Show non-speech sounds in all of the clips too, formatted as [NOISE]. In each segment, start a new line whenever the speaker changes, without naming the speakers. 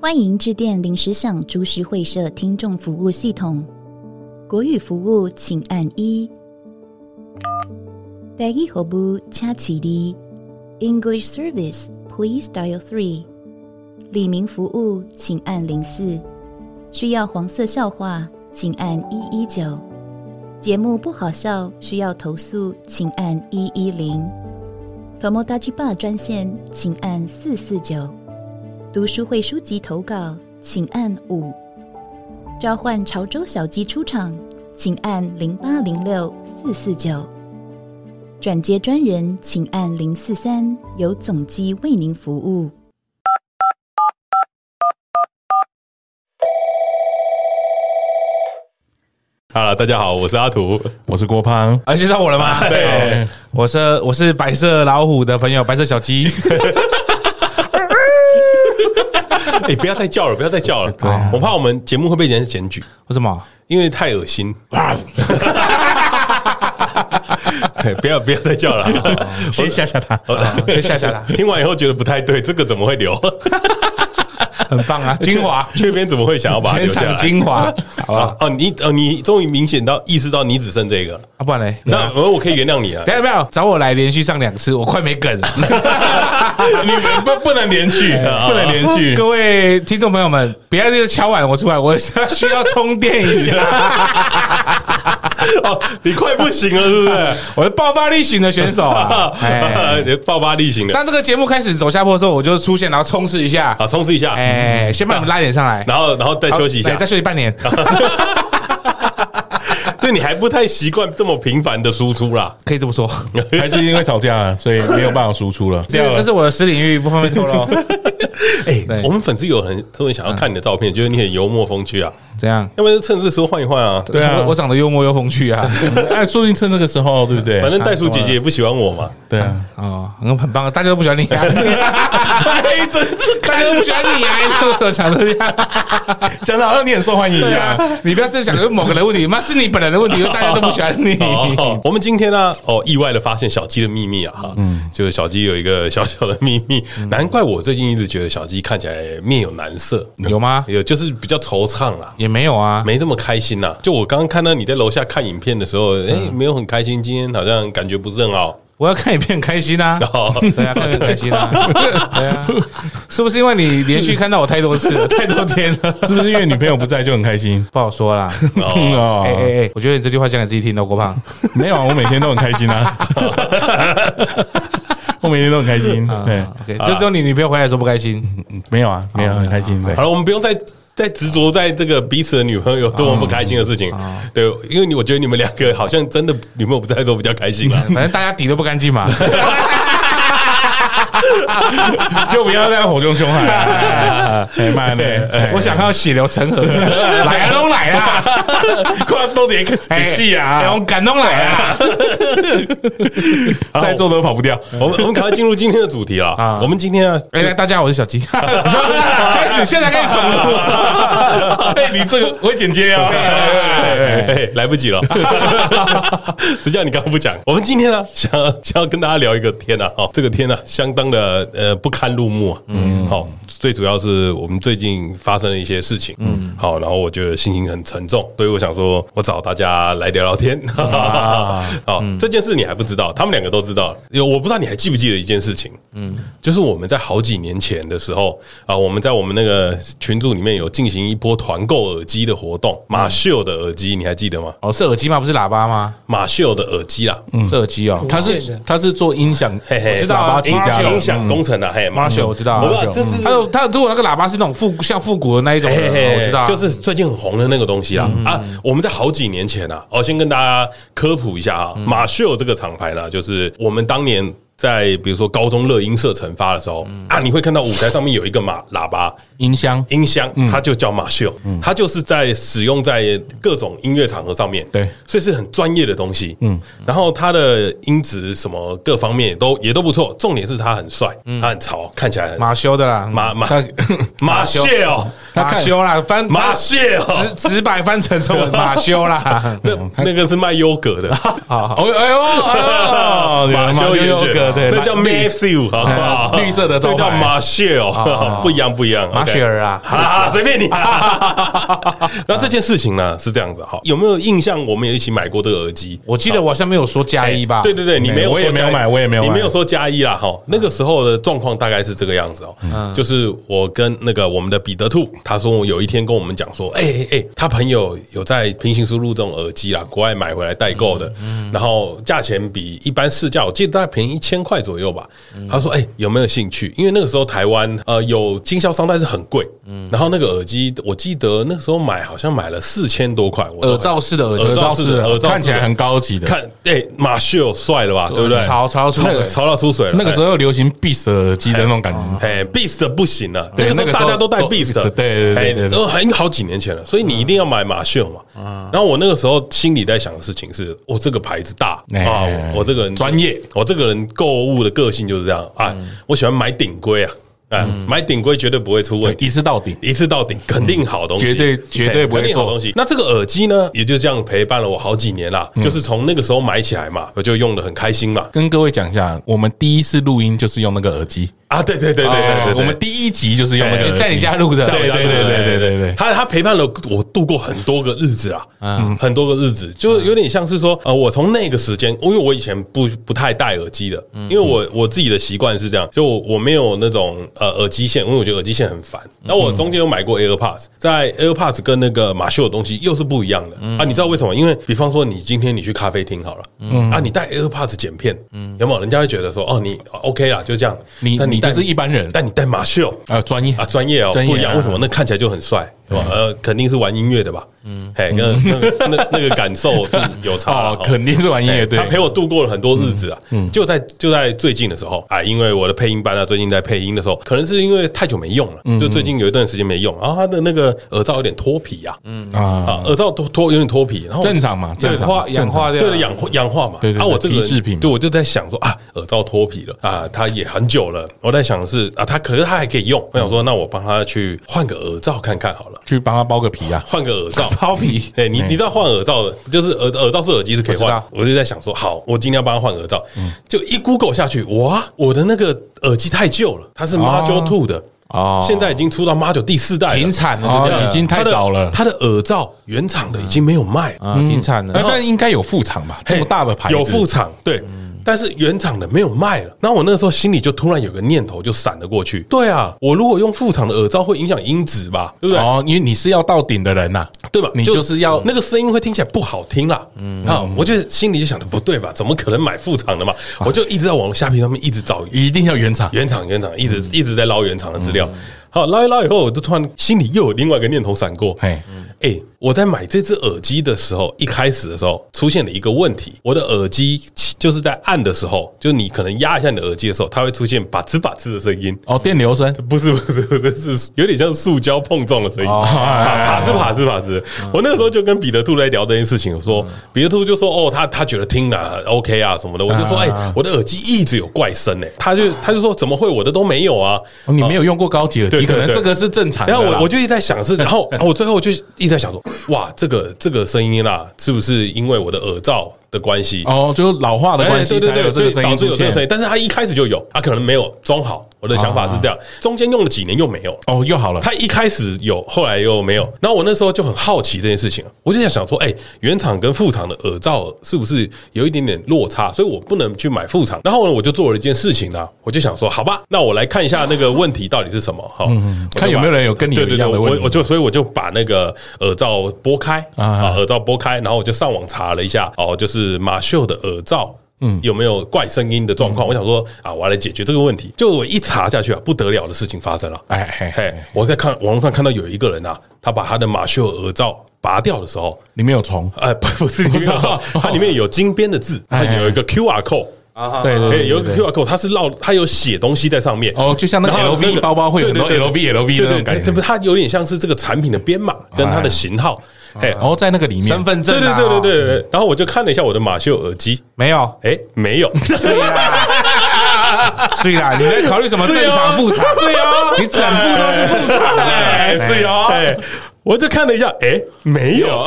欢迎致电临时想株式会社听众服务系统，国语服务请按一，台语服务请起立，English service please dial three，李明服务请按零四，需要黄色笑话请按一一九，节目不好笑需要投诉请按一一零，Tomodachi Bar 专线请按四四九。读书会书籍投稿，请按五；召唤潮州小鸡出场，请按零八零六四四九；转接专人，请按零四三，由总机为您服务。
好了，大家好，我是阿图。哎
我是郭胖，
啊，介绍我了吗？
对，
我是我是白色老虎的朋友，白色小鸡。
[LAUGHS] 哎、不要再叫了，不要再叫了，哦
对啊
我怕我们节目会被人家检举，
为什么？
因为太恶心。哎不要不要再叫了，
先吓吓他。
我
先吓吓他
听完以后觉得不太对，这个怎么会留？
很
[LAUGHS]
棒啊，精华，
缺边怎么会想要把它
全
留下
场
来？
精华，好不
啊
好？
哦，你哦，你终于明显到意识到你只剩这个了，
啊，不然嘞，
那我我可以原谅你
[LAUGHS]
啊。 [LAUGHS]
等一下没有找我来连续上两次，我快没梗了。
你们不不能连续，啊不能连续。
[LAUGHS] 各位听众朋友们，不要就是敲碗我出来，我需要充电一
[LAUGHS]
下，
哦，你快不行了，是不是？
我是爆发力型的选手
[LAUGHS]
啊！哎，
你爆发力型的，
当这个节目开始走下坡的时候，我就出现，然后冲刺一下，
好，冲刺一下，
哎，先把你们拉点上来，
然后然后再休息一
哎
下 [LAUGHS]
再。休息半年。
就你还不太习惯这么频繁的输出啦。
可以
[LAUGHS]
这么说，
啊
还是因为吵架，所以没有办法输出了。
这这是我的私领域，不方便
[LAUGHS]
透露。
哎
[LAUGHS] 对
我们粉丝有很特别想要看你的照片，觉得你很幽默风趣啊，
怎样？
要不然就趁这时候换一换啊。
对啊
我我长得幽默又风趣啊，
哎，说不定趁这个时候，对不对？
反正袋鼠姐姐也不喜欢我嘛，
对啊，
哦，很很棒，大家都不喜欢你啊，大家都不喜欢你啊，你怎么想这样？
讲的好像你很受欢迎一
对
样。
啊，你不要只想着某个人的问题，妈是你本人的问题，大家都不喜欢你。 [LAUGHS]
哦，我们今天呢、哦，意外的发现小鸡的秘密啊，哈，
嗯
就是小鸡有一个小小的秘密，难怪我最近一直觉得小鸡看起来面有难色，
有吗？
有就是比较惆怅啦。
也没有啊，
没这么开心啦、就我刚刚看到你在楼下看影片的时候，哎、
嗯
没有很开心，今天好像感觉不是很好。
我要看影片开心啊。
[LAUGHS] 哦，
对啊，看影片开心啊。对啊，是不是因为你连续看到我太多次了，太多天了？
是不是因为女朋友不在就很开心？
不好说啦。
哦
哦
哎，哎哎，我觉得你这句话讲给自己听的，郭胖。
没有啊，我每天都很开心啊，我每天都很开心。对，
啊，OK，就只有你女朋友回来的时候不开心。
没有啊，没有很开心。对
好，了，我们不用再再执着在这个彼此的女朋友有多么不开心的事情。
啊
对，因为你我觉得你们两个好像真的女朋友不在的时候比较开
[LAUGHS]
心啦。
反正大家底都不干净嘛。
就不要再火中凶海啊。哎妈的，哎
我想看到血流成 [LAUGHS] 河，来啊都来 [LAUGHS] 啊，
快都得
哎
看戏啊
哎，我感动来啊， [LAUGHS]
在座都跑不掉。
我们我们赶快进入今天的主题啦
啊。
我们今天啊，[LAUGHS]
哎，来大家好，我是小 [LAUGHS] 鸡，开始，现在开始重录，
哎，你这个我会剪接啊。
哎哎来不及了，谁叫你刚刚不讲？我们今天呢、想要想要跟大家聊一个天啊，哦，这个天呢、相当的呃不堪入目啊。嗯，好、最主要是我们最近发生了一些事情，嗯，好，然后我觉得心情很沉重，所以我想说，我找大家来聊聊天。 [LAUGHS] 好，
嗯
这件事你还不知道，他们两个都知道。有我不知道你还记不记得一件事情，嗯，就是我们在好几年前的时候啊，我们在我们那个群组里面有进行一波团购耳机的活动，
嗯
马秀的耳机你还记得吗？
哦，是耳机吗？不是喇叭吗？
马秀的耳机啦，
是耳机哦，
他是他是做音响，
嘿嘿，
知道啊
喇叭起家了
Marshall，
音响工程啊，嘿
，Marshall，我知道啊
我不知道这是
他有他有如果那个喇叭是那种复像复古的那一种的，
哎嘿嘿，
呃我知道，
就是最近很红的那个东西啦。啊，我们在好几年前啊，哦，先跟大家科普一下啊，马秀这个厂牌呢，就是我们当年。在比如说高中乐音社成发的时候啊，你会看到舞台上面有一个马喇叭
音箱。
音箱，它就叫马秀，它就是在使用在各种音乐场合上面，
对
所以是很专业的东西。嗯，然后它的音质什么各方面也都也都不错，重点是它很帅，它很潮，看起来很
马修的啦，
马马 [LAUGHS]
他
马秀，
他
马
看
修啦，翻
马秀，
[LAUGHS] 直直白翻成
[LAUGHS]
中文马修啦， [LAUGHS]
那那个是卖优格的，
哦，哎呦，
[LAUGHS]
啊
马修优格，啊
对对，
那叫
马
Matthew 好不好？
绿色的招
这叫
牌
马歇尔 [LAUGHS]
啊，
不一样不一样。
[LAUGHS] 马
OK
雪儿啊
好啦，好啦随便
[LAUGHS]
你。那这件事情呢是这样子哈，有没有印象？我们也一起买过这个耳机，
我记得我好像没有说加一吧？
哎对对对，你没有，
我也没有买我也没有买嗯
你没有说加一啦哈。那个时候的状况大概是这个样子哦，就是我跟那个我们的彼得兔，他说我有一天跟我们讲说，哎哎哎，他朋友有在平行输入这种耳机啦，国外买回来代购
嗯
的，然后价钱比一般市价我记得大概便宜一千块左右吧。
嗯
他说，哎，有没有兴趣？因为那个时候台湾呃有经销商，但是很贵。
嗯
然后那个耳机，我记得那时候买好像买了四千多块，我都
耳罩式的耳
耳
机，
罩式的耳罩式的
看起来很高级的。
看，哎、马秀帅了吧，对不对？
潮潮出
那个
水
潮到出水了，
那个时
候。
候流行 Beats 耳机的那种感觉，
哎，Beast 不行了，
对
那个时候大家都戴
那个时
Beast，
候都对对对
哎
对嗯对
呃，还好几年前了，所以你一定要买马秀嘛。然后我那个时候心里在想的事情是，我这个牌子大
哎
啊，我我这个人
专业，嗯
我这个人购物的个性就是这样啊，我喜欢买顶规啊，哎，买顶规绝对不会出问题，
一次到顶。
一次到顶，肯定好东西，
嗯绝对绝对不会
肯定好
错
东西。那这个耳机呢，也就这样陪伴了我好几年啦，就是从那个时候买起来嘛，我就用的很开心嘛。
跟各位讲一下，我们第一次录音就是用那个耳机，
啊，对对对对对对，哎
我们第一集就是用那个耳机
在你家录的，
对对对对对对对
对
他他陪伴了我度过很多个日子啊，嗯，很多个日子，
嗯
就是有点像是说，呃，我从那个时间，因为我以前不不太戴耳机的，
嗯
因为我我自己的习惯是这样，就我我没有那种呃耳机线，因为我觉得耳机线很烦。
嗯
那我中间有买过 AirPods，在 AirPods 跟那个马修的东西又是不一样的
嗯
啊，你知道为什么？因为比方说你今天你去咖啡厅好了，
嗯
啊，你戴 AirPods 剪片，有没有？人家会觉得说，哦，你 OK 啦，就这样，
你
但
你
戴
就是一般人
但你戴马修。
啊，专业
啊，专业哦，
专业啊嗯
不一样。为什么？那看起来就很帅，对吧？呃，肯定是玩音乐的吧？嗯，哎，跟那个那那个感受嗯有差啦
[LAUGHS] 哦，肯定是玩音乐，
嘿
对，
哎
嗯
他陪我度过了很多日子啊。就在就在最近的时候啊，因为我的配音班啊，最近在配音的时候，可能是因为太久没用
嗯
了，就最近有一段时间没用，然后他的那个耳罩有点脱皮啊，
啊
啊，，耳罩脱脱有点脱皮，然后我
正常嘛，正
氧
常
化
嘛
氧化掉，
对的，氧化氧化嘛。
对对对
啊，我这个人
皮制品
对，我就在想说啊，耳罩脱皮了啊，它也很久了。我在想是啊，它可是它还可以用。我想
嗯
说，那我帮他去换个耳罩看看好了，
去帮他包个皮啊，嗯
换个耳
[LAUGHS]
罩。
包皮，
哎，你你知道换耳罩的，就是耳耳罩是耳机是可以
我知
换
道，
我就在想说，好，我今天要帮他换耳罩，
嗯
就一 Google 下去，哇，我的那个耳机太旧了，它是 Module Two 的，
哦
现在已经出到 Module 第四代了，
停产了，
哦
对不对
已经太
它的
早了，
它的耳罩原厂的已经没有卖了
啊，停产
啊
了。
但应该有副厂吧，这么大的牌子嗯
有副厂，对，但是原厂的没有卖了。那我那个时候心里就突然有个念头就闪了过去，对啊，我如果用副厂的耳罩会影响音质吧，对不对？
哦，因为你是要到顶的人呐，
对吧？
你就是要
那个声音会听起来不好听啦。嗯，啊，我就心里就想着不对吧？怎么可能买副厂的嘛？
啊
我就一直在网络虾皮上面一直找
一定要原厂，
原厂原厂，一
嗯
直一直在捞原厂的资料。好，捞一捞以后，我就突然心里又有另外一个念头闪过，
嘿，
哎、我在买这只耳机的时候，一开始的时候出现了一个问题，我的耳机就是在按的时候，就是你可能压一下你的耳机的时候，它会出现吧吱吧吱的声音。
哦，电流声，
不是不是不是，是有点像塑胶碰撞的声音，啪啪吱啪吱啪吱。我那个时候就跟彼得兔在聊这件事情，我说彼得兔就说哦，他他觉得听了 OK 啊什么的，我就说哎，我的耳机一直有怪声哎，他就他就说怎么会我的都没有啊？
哦你没有用过高级耳
对
机，
对
可能
对
这个是正常的
然
啊啦。
后我我就一直在想是，然后然后我最后就一直在想说，哇，这个这个声音啦，是不是因为我的耳罩的关系？
哦，就是老化的
哎
关系
对对
才
哎对，
有这
所
个
以
声
导
音
致
出
有这个声音
现。，啊
但是它一开始就有，它可能没有装好。我的想法是这样，
啊
中间用了几年又没有了。
哦，又好了，
它一开始有，后来又没有。然后我那时候就很好奇这件事情，我就在想说，哎、原厂跟副厂的耳罩是不是有一点点落差？所以我不能去买副厂。然后呢，我就做了一件事情呢、我就想说，好吧，那我来看一下那个问题到底是什么。哈、我就把
嗯看有没有人有跟你
对
有
对
一
对，
样的问
我
题
我就所以我就把那个耳罩拨开
啊
啊，耳罩拨开，然后我就上网查了一下，哦，就是马秀的耳罩。嗯，有没有怪声音的状
嗯
况？我想说啊，我要来解决这个问题。就我一查下去啊，不得了的事情发生了。
哎嘿
嘿，我在看网络上看到有一个人啊，他把他的马修耳罩拔掉的时候，
里面有虫，
哎，不 [LAUGHS] 不是里面有
[LAUGHS] 哦
它里面有金边的字，它
哎哎
有一个 QR code。
对对
哎，
对，
有一个
对对
QR code，它是烙，它有写东西在上面。
哦就像那个
然后
LV
那个
包包会有很多
对对对
LV
对
那
对
种感觉
这不，它有点像是这个产品的编码跟它的型号。哎，
然后哦在那个里面
[LAUGHS] 身份
对
证
对
啊，
对对对对。然后我就看了一下我的马秀耳机，
没 [LAUGHS] 有，
哎，没
[LAUGHS]
有。
所以啦，你在哦
啊
考虑什么正常副厂？
是哦
你整部都是副厂的，
哎，是哦。哎我就看了一下，哎、没有，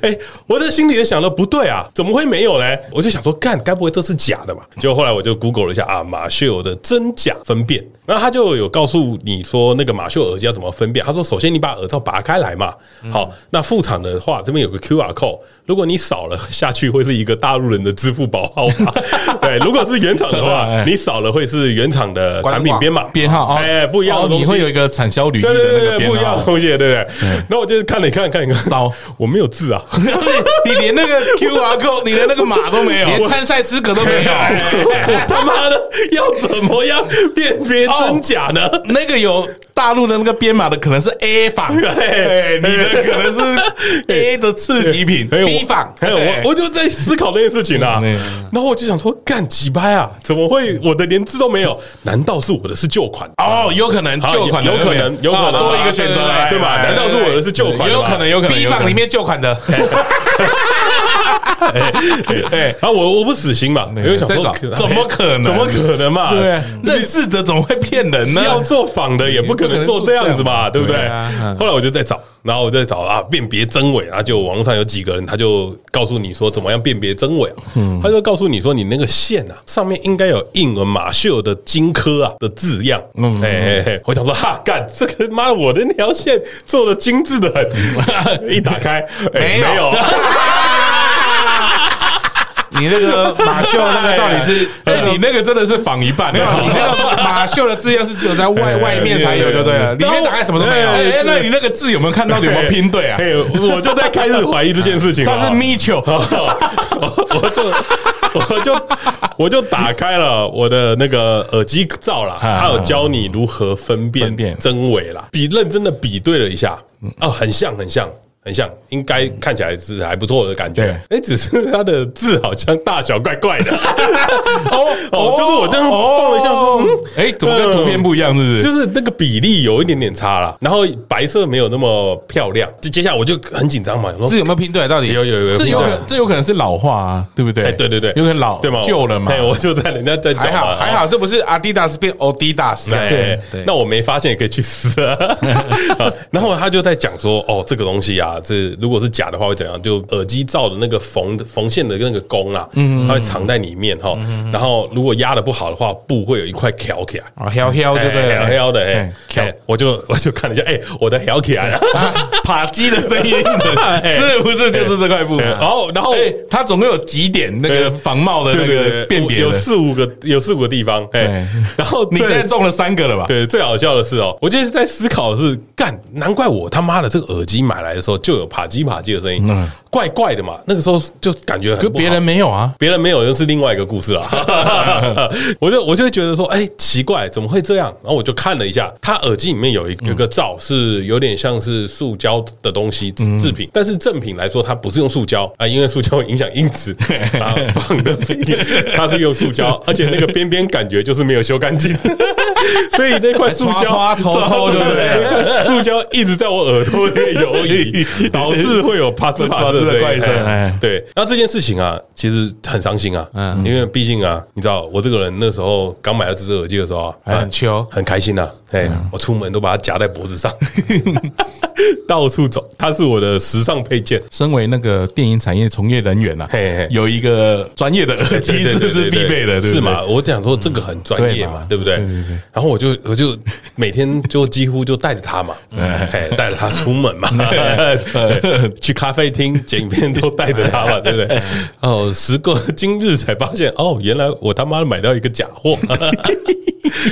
哎、我在心里也想了，不对啊，怎么会没有嘞？我就想说，干，该不会这是假的吧？结果后来我就 Google 了一下啊，马秀的真假分辨，然后他就有告诉你说，那个马秀耳机要怎么分辨？他说，首先你把耳罩拔开来嘛，好，那副厂的话，这边有个 QR code。如果你扫了下去，会是一个大陆人的支付宝号 [LAUGHS] 码。对，如果是原厂的 [LAUGHS] 话，你扫了会是原厂的产品编码
编号哦，
哎，不一样的
哦
东
你
西
会有一个产销履历
对
的
对对
那个
对，
编
不一样的
号。
东西，对不对？然后我就看了一看，看一看，
骚，
我没有字
[LAUGHS]
啊，
你你连那个 QR
[LAUGHS]
code，你连那个码都没有，
连参赛资格都 [LAUGHS] 没有。
我他妈的要怎么样辨别真假呢？
那个有大陆的那个编码的，可能是 A 房，
哎
哎，你的可能是 A 的次级品
还有
逼仿
还有
哎
我，我就在思考这件事情啊
嗯对。
然后我就想说，干几掰啊？怎么会我的连字都没有？难道是我的是旧
[LAUGHS]
款？
哦，有可能
好
旧款的
有有可能
那
有
边
可能
啊多一个选择
对对对
哎
对吧
哎
难道是我的是旧款的
有
吗
可能，有可能。
B
有可
榜
能
里面旧款的，
哎，然后我我不死心嘛，我就想
再
说
找，
可哎
怎么可能
怎么可能嘛？
对，认识的怎么会骗人呢？哎
要做仿的也不可能做这样子嘛，对不对
对啊嗯？
后来我就在找，然后我就在找啊，辨别真伪，然后就网络上有几个人，他就告诉你说怎么样辨别真伪啊，他就告诉你说你那个线啊，上面应该有印了马秀的荆轲啊的字样，哎哎哎，我想说哈，干这个妈的，我的那条线做的精致的很，一打开哎
没有
没有。
你那个马秀那个到底是
哎，你那个真的是仿一半，
你那个马秀的字样是只有在外外面才有，就对了，里面打开什么都没有。
哎，哎
哎
那你那个字有没有看到底有没有拼对啊？
嘿我就在开始怀疑这件事情了。啊
哎
它是 Mitchell，
哦
哦我就我就我就打开了我的那个耳机罩啦，它有教你如何分辨
啊分辨
真伪啦，比认真的比对了一下，哦，很像，很像。很像，应该看起来是还不错的感觉。哎，只是它的字好像大小怪怪
[LAUGHS]
的。哦哦，就是我这样放了一下，说嗯，
哎，怎么跟图片不一样？是不是？
就是那个比例有一点点差啦。然后白色没有那么漂亮。接接下来我就很紧张嘛，我
字
说
有没有拼对？啊到底
有有有，
这有
对
可能，这有可能是老化啊，对不对？
哎，对对对，
有可能老
对嘛，
旧了嘛。
哎，我就在人家在讲
还
嘛
好还。
哦
好，这不是 Adidas 变 Odidas 这样
对
啊对，
那我没发现也可以去死啊。 [LAUGHS] 啊然后他就在讲说，哦，这个东西啊，这如果是假的话会怎样？就耳机罩的那个缝缝线的那个弓啊，
嗯
它会藏在里面哈。然后如果压的不好的话，布会有一块翘起来。
啊，飘飘就对
哎
了。
飘的哎
哎，翘
哎我就我就看了一下，哎，我的翘起来了，
[LAUGHS] 扒鸡的声
[LAUGHS]
音的，是不是就是这块布？
哎然后然后
哎，它总共有几点那个仿冒的那个辨别
有
的？
四五个有四五个地方，哎
哎，
然后
你
这
现在中了三个了吧？
对，最好笑的是哦，我就是在思考的是，干，难怪我他妈的这个耳机买来的时候就有啪叽啪叽的声音，怪怪的嘛。那个时候就感觉很
可
不好
嗯别人没有啊。
别人没有，就是另外一个故事
[LAUGHS]
啦。我就我就会觉得说，哎、奇怪，怎么会这样？然后我就看了一下，他耳机里面有
嗯
一有一个罩是有点像是塑胶的东西制制
嗯
品，但是正品来说，它不是用塑胶啊，因为塑胶会影响音
[LAUGHS]
质啊，放的屁它是用塑胶，而且那个边边感觉就是没有修干
[LAUGHS]
净。所以那块塑胶
刷刷抽抽对不对
[LAUGHS] 塑胶一直在我耳朵里面游
[LAUGHS]
移，导致会有啪吱啪吱的怪声。
哎
对，那这件事情啊，其实很伤心啊，嗯，因为毕竟啊，你知道我这个人那时候刚买了这只耳机的时候啊，
还很秋嗯
很开心啊，哎，我出门都把它夹在脖子上， [LAUGHS] 到处走，它是我的时尚配件。
身为那个电影产业从业人员啊
嘿嘿，
有一个专业的耳机
对
是
对
是
对对
必备的，对不对
是嘛？？我讲说这个很专业嘛，
嗯
对不对
对对对？
然后我就我就每天就几乎就带着它嘛，
嗯
哎，带着它出门
[LAUGHS]
嘛，对 [LAUGHS] 去咖啡厅剪片都带着它嘛，对不对？
嗯
哦，时过今日才发现，哦，原来我他妈的买到一个假
[LAUGHS]
货，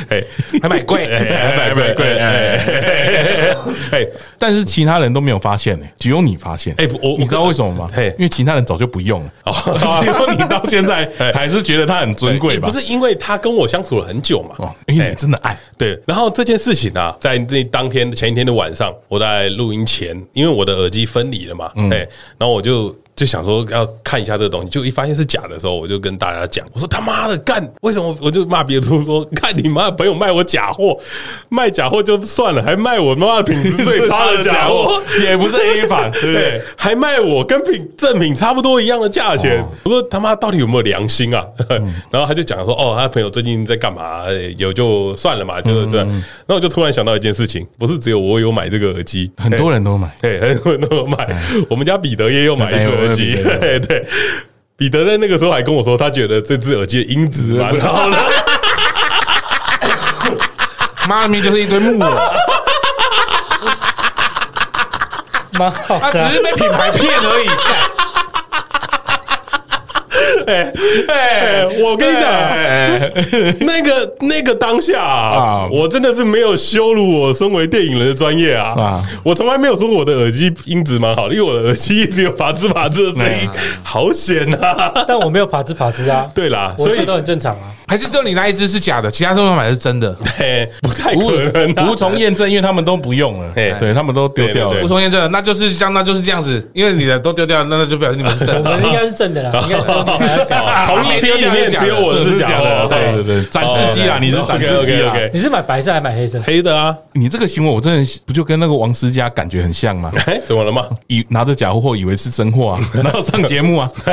哎，
还买贵，
哎还买贵，哎哎哎，
但是其他人都没有发现呢，只有你发现。
哎不我
你知道为什么吗？
嘿
因为其他人早就不用了，
哦
只有你到现在还是觉得它很尊贵吧？
不，是因为他跟我相处了很久嘛，
哦，因为你真的爱，
对，然后这件事情啊，在那当
嗯
天前一天的晚上，我在录音前，因为我的耳机分离了嘛，哎、然后我就。就想说要看一下这个东西，就一发现是假的时候，我就跟大家讲，我说他妈的干，为什么我就骂别的图说，看你妈的朋友卖我假货，卖假货就算了，还卖我妈的品质最差的假货，
[LAUGHS] 也不是 A 版，对不对
对？，还卖我跟品正品差不多一样的价钱。我说他妈到底有没有良心啊？ [LAUGHS] 然后他就讲说，哦，他朋友最近在干嘛？呃有就算了嘛，就是这样。然后我就突然想到一件事情，不是只有我有买这个耳机，
很多人都买，
对，很多人都有买。我们家彼得也有买一只耳机，
哎我
嗯
有彼得
对对。彼得在那个时候还跟我说，他觉得这只耳机的音质蛮好的。
妈咪就是一堆木偶，
蛮好
他
的啊
只。是被品牌骗而已。干
哎哎，我跟你讲，
哎，
那个那个当下啊
啊，
我真的是没有羞辱我身为电影人的专业啊
啊！
我从来没有说我的耳机音质蛮好的，因为我的耳机一直有法兹法兹的声音，
[LAUGHS] 哎
好险啊！
但我没有爬枝爬枝啊，
对啦，
我
所以
觉得很正常啊。
[LAUGHS] 还是只有你那一只是假的，其他都买的是真的。
[LAUGHS] 哎不太可能啊
无从验证，因为他们都不用了，
哎
对他们都丢掉
对
了
无。从验证，那就是这样，那就是这样子，因为你的都丢掉了，那那就表示你们是真
我们
的。
应该是正
[LAUGHS]
的啦，应该
哦
还要讲。
[LAUGHS] 同一批里面只有我的是假的，
[LAUGHS] 对对对，展示机啦，你是展示机啦。
，OK，
你是买白色还是买黑色？
黑的啊？
你这个行为，我真的不就跟那个王思佳感觉很像吗？
哎，怎么了吗？
以拿着假货以为是真货啊， [LAUGHS] 然后上节目啊， [LAUGHS]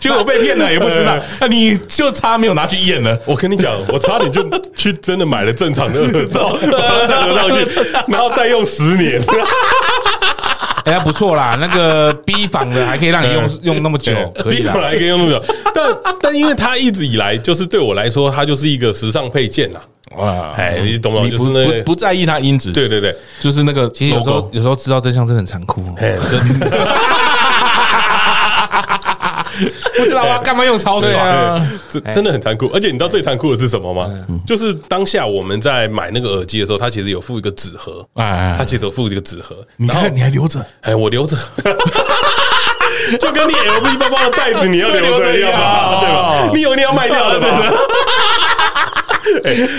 结果被骗了也不知
[LAUGHS]
道，那你就差没有拿去验了。
我跟你讲，我差点就去真的买了正常的耳
[LAUGHS]
罩，然后再合上去，然后再用十年。
[LAUGHS] 哎呀，不错啦，那个 B 仿的还可以让你用用那么久，可以
逼
啦
出。来可以用那么久，但但因为它一直以来就是对我来说，它就是一个时尚配件啦。
哇，
哎你懂吗
你不
就是那个
不不在意它音质，，
对对对，
就是那个
其实有时
logo
候有时候知道真相真的很残酷哦。
哎，真的
[LAUGHS] 不知道啊，干嘛用超爽？
对这真的很残酷。而且你知道最残酷的是什么吗？就是当下我们在买那个耳机的时候，它其实有附一个纸盒，
哎哎哎
它其实有附一个纸盒，
你
然后
看你还留着，
哎，我留着。 [LAUGHS] 就跟你 LV 包包的袋子你要留着一样嘛，对吧？你以为你要卖掉的吗？
[LAUGHS]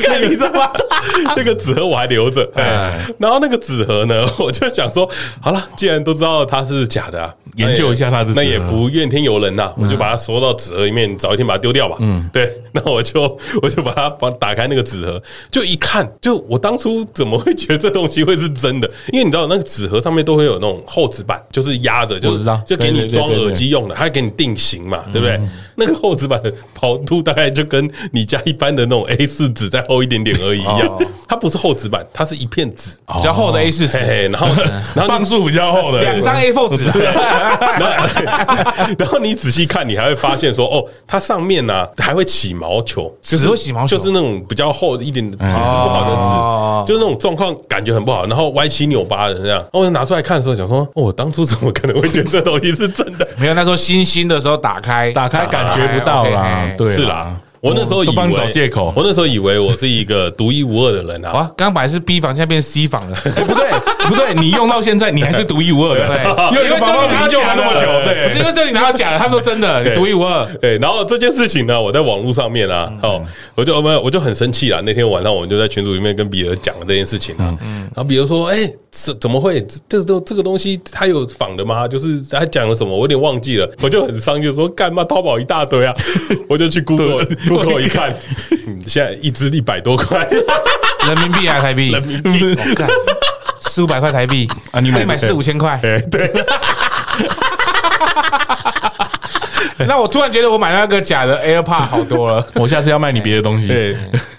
看你这妈， [LAUGHS] 那个纸盒我还留着。哎然后那个纸盒呢， [LAUGHS] 我就想说，好了，既然都知道它是假的啊，
研究一下它的纸盒嗯
那也不怨天尤人呐，我就把它收到纸盒里面，早一天把它丢掉吧。嗯，对， [LAUGHS] 那我就我就把它把打开那个纸盒，就一看，就我当初怎么会觉得这东西会是真的？因为你知道那个纸盒上面都会有那种厚纸板，就是压着，就
我
是
知道
就给你
对对对
装
对对嗯
耳机用的，还给你定型嘛，对不对？那个厚纸板的 [LAUGHS] 薄度大概就跟你家一般的那种 A 四纸再厚一点点而已一
哦
样，它不是厚纸板，它是一片纸。
比较厚的 A 四
嘿
十，
嘿，然后然后你
嗯磅数比较厚的，
两张 A4 [LAUGHS] 纸啊，
然后 [LAUGHS] 然后你仔细看，你还会发现说，哦，它上面呢、还会起毛球，
只会起毛球
就是那种比较厚一点的品质不好
哦
的纸，就是那种状况感觉很不好，然后歪七扭八的这样。然后我就拿出来看的时候，想说，哦，我当初怎么可能会觉得这东西是真的？
没有那时候新新的时候打开，哎
打开感觉不到啦，
对，
对，啊
是啦。，我那时候以
都帮你
为
找借口
我那时候以为我是一个独一无二的人
好
啊。
啊，刚刚本来是 B 房，现在变 C 房 [LAUGHS] 了，
哎不对不对，你用到现在你还是独一无二的，
对
用一个防爆瓶就玩那么久，
不是
对，
因为这里拿到假的，他们都真的，你独一无二。
[LAUGHS]
对，然后这件事情呢，我在网络上面啊，哦，我就我我就很生气啦。那天晚上我们就在群组里面跟彼得讲了这件事情啊，然后彼得说：“哎，怎怎么会？这这这个东西它有仿的吗？就是他讲了什么，我有点忘 [LAUGHS] 记了。”我就很伤心，说：“干嘛淘宝一大堆啊！” [LAUGHS] 我就去 Google Google 一看，嗯现在一只一百多 [LAUGHS] 块，
人民币啊，台币，人民币，
嗯 [LAUGHS]
四五百块台币啊，你
买
买买四五千块，
哎，对，
[LAUGHS] 那我突然觉得我买那个假的
啊
AirPod 好多了，
我下次要卖你别的东西，
对，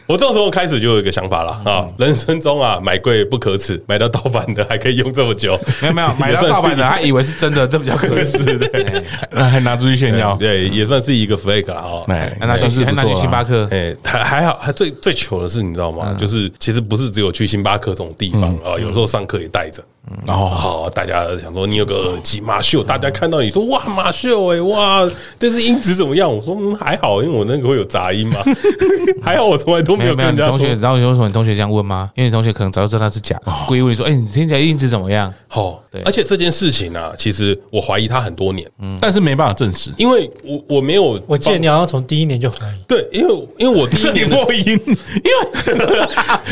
我这时候开始就有一个想法了啊，人生中啊，买贵不可耻，买到盗版的还可以用这么久，
没有没有，买到盗版的，他以为是真的，这比
[LAUGHS]
较可惜。对，
那还拿出去炫耀，
对，也算是一个 flag 啦哦。
哎，
那
算是
去
不
那去
错
星
啦
巴克，
哎，还还好，还最最糗的是，你知道
嗯
吗？就是其实不是只有去星巴克这种地方啊，有时候上课也带着。
嗯
哦，
好，大家想说你有个耳机马秀，大家看到你说哇马秀哎哇，这是音质怎么样？我说嗯还好，因为我那个会有杂音嘛， [LAUGHS] 还好我从来都没
没
有
有没
跟
有，
人
你
家
同学，
说
你知道你为什么你同学这样问吗？因为你同学可能早就知道他是假的，故意问你说：“哎，你听起来音质怎么样
好，
对嗯
而且这件事情啊，其实我怀疑他很多年，
但是没办法证实。
因为我我没有，
我记得你好像从第一年就怀疑，
对，因为因为我第一年的 [LAUGHS]
破音，因为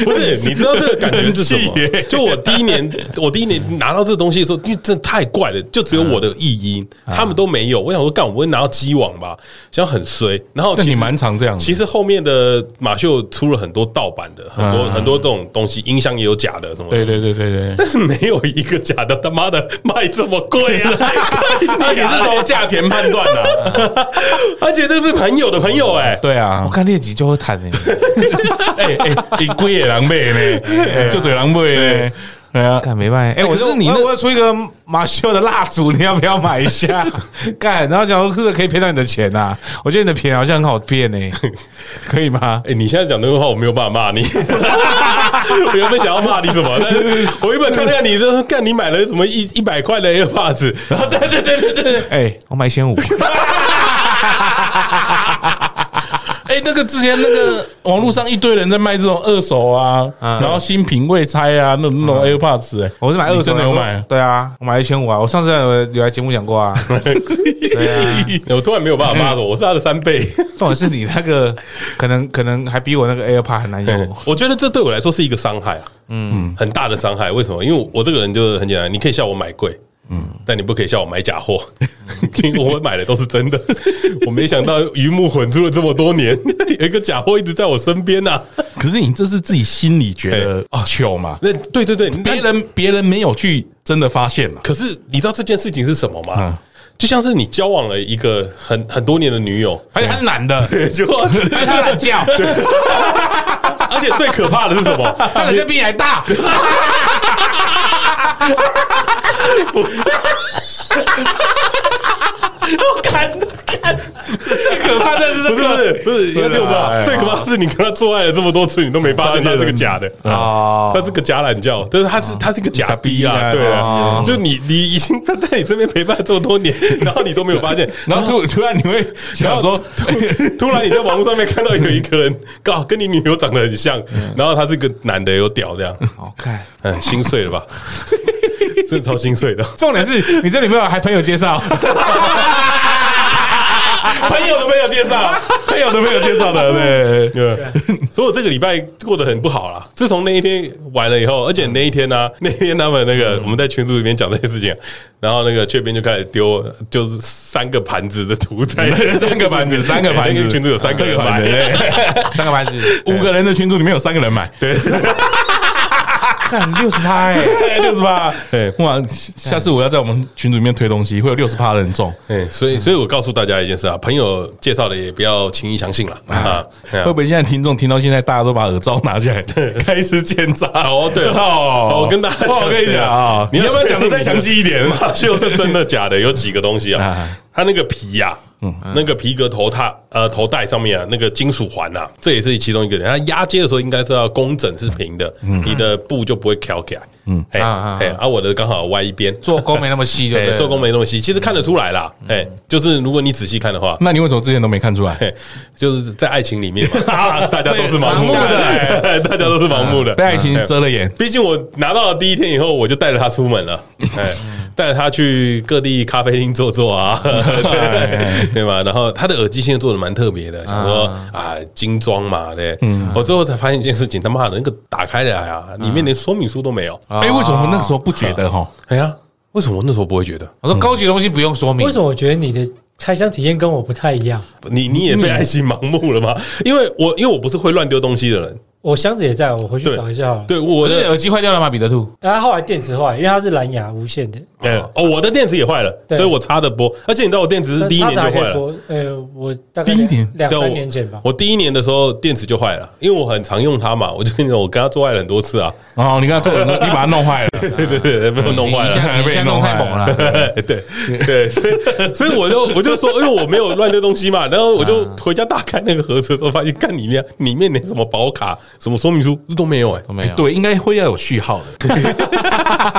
不 [LAUGHS] 是，你知道这个感觉是什么
很气耶？
就我第一年，我第一年拿到这东西的时候，因为真的太怪了，就只有我的译音，他们都没有。我想说，干，我不会拿到鸡网吧？啊想很衰。然后
那
其
你
实
蛮常这样的，
其实后面的马秀出了很多盗版的，很多
嗯
很多这种东西，音箱也有假的什么的。
对对对对对。
但是没有一个假的，他妈的卖这么贵 [LAUGHS] 啊！
那你是从价钱判断的、
[LAUGHS] 而且这是朋友的朋友哎、
对啊
我，看练级就会谈欸诶，
哎哎，你贵也狼狈呢，就嘴狼狈呢，对啊，
干没办法。哎，我
可
就是
你
我
那
我要出一个马修的蜡烛，你要不要买一下？干，然后讲说是不是可以骗到你的钱啊？我觉得你的钱好像很好骗呢，可以吗？
哎、你现在讲这个话，我没有办法骂你。 [LAUGHS] 我原本想要骂你什么，但是我原本看看你，就说干你买了什么一一百块的 AirPods，然后对对对对对， [LAUGHS]
哎，我买一千五，
哎、那个之前那个网络上一堆人在卖这种二手啊，
嗯
然后新品未拆啊，那种那种 AirPods，、哎，
我是买二
你
手
真
的
的有买？
对啊，我买一千五啊。我上次有有来节目讲过啊，对啊。
我突然没有办法骂我，我是他的三倍。
重点是你那个可能可能还比我那个 AirPod 还难用。
[LAUGHS] 我觉得这对我来说是一个伤害啊，嗯，很大的伤害。为什么？因为我这个人就是很简单，你可以笑我买贵，嗯，但你不可以笑我买假货，因为我买的都是真的。 [LAUGHS] 我没想到鱼目混珠了这么多年， [LAUGHS] 有一个假货一直在我身边啊呐。
可是你这是自己心里觉得糗嘛？
那对对对，
别
那
人别人没有去真的发现嘛？
可是你知道这件事情是什么吗？
嗯
就像是你交往了一个很很多年的女 [LAUGHS] 友，
而且他是男的，
[LAUGHS]
结果，
他懒觉，
而且最可怕的是什么？ [LAUGHS]
他懒觉比你还大。
最可怕的是这个，不是不是不是，对吧？最可怕的是你跟他做爱了这么多次，你都没发现他是嗯个假的。
哦
他是个假懒觉，但是他是他是个假逼啊，
假逼啊
对啊
哦，
就你你已经他在你身边陪伴这么多 [LAUGHS] 年，然后你都没有发现，
然后突突然你会想说，
突 [LAUGHS] 突然你在网络上面看到有一个人， [LAUGHS] 搞跟你女友长得很像，然后他是个男的有屌这样，
好哦看。
嗯，心碎了吧？真的超心碎的，
重点是你这里面有还朋友介绍，
朋友都没有介绍，朋友都没有介绍的，对对。所以我这个礼拜过得很不好啦。自从那一天完了以后，而且那一天呢、 [LAUGHS] 那天他们那个我们在群组里面讲这件事情，啊然后那个雀边就开始丢，就是三个盘子的图在
[LAUGHS] 三个
[LAUGHS]
盘子，三个盘
那
子，
个群组有三个人买
对
[LAUGHS]
三个盘子，
五个人的群组里面有三个人买，
对，
看六十趴哎，
六十八
对。
[LAUGHS] 哇！下次我要在我们群组里面推东西，会有六十趴的人中。
哎，所以，所以我告诉大家一件事啊，朋友介绍的也不要轻易相信了啊。哎呀
会不会现在听众听到现在，大家都把耳罩拿起来，开始检查？
哦， [LAUGHS] 对
哦
哦，我跟大家
哦我跟你讲啊
你要
你要不要讲得再详细一点
马 [LAUGHS] 秀是真的假的？有几个东西啊
啊？
它那个皮呀、
嗯
那个皮革头套呃头带上面啊，那个金属环啊，这也是其中一个。它压接的时候应该是要工整是平的，
嗯
你的布就不会翘起来。嗯，哎
啊啊
哎，啊，我的刚好歪一边，
做工没那么细，对
哎，
不对？
做工没东西，其实看得出来啦。
嗯
哎，就是如果你仔细看的话，
那你为什么之前都没看出
[LAUGHS]
来？
嘿就是在爱情里面嘛，
[LAUGHS]
大家都是盲目
盲目
的
的，
哎 [LAUGHS] 大家都是盲目的，
被爱情遮了眼。
毕竟我拿到了第一天以后，我就带着他出门了，哎，带着他去各地咖啡厅坐坐啊， [LAUGHS] 对对吧？然后他的耳机现在做的蛮特别的，想说啊，精装嘛，对。我最后才发现一件事情，他妈的那个打开来啊，里面连说明书都没有。
哎，为什么那个时候不觉得哈？
哎呀，为什么我那时候不会觉得？
我说高级的东西不用说明，
为什么我觉得你的开箱体验跟我不太一样？
你你也被爱情盲目了吗？因为我因为我不是会乱丢东西的人，
我箱子也在，我回去
对
找一下好了。
对我
我的
的
耳机坏掉了吗？彼得兔，
然后后来电池坏，因为它是蓝牙无线的，
哎哦，我的电池也坏了，
对
所以我插的播，而且你知道我电池是第一年就坏了。
呃，我大概
第一年
两
对
三
我
年前吧。
我第一年的时候电池就坏了，因为我很常用它嘛，我就跟你讲，我跟它做爱了很多次啊，
哦，你看这种，你把它弄
[LAUGHS]
坏了，
对对对，被我弄坏
你现
嗯了。
在你现在弄太猛了。
对 [LAUGHS] 对对，所以所以我就我就说，因为我没有乱丢东西嘛，然后我就回家打开那个盒子的时候，发现看里面里面连什么保卡、什么说明书都没有哎、
都没有，
对，应该会要有序号的。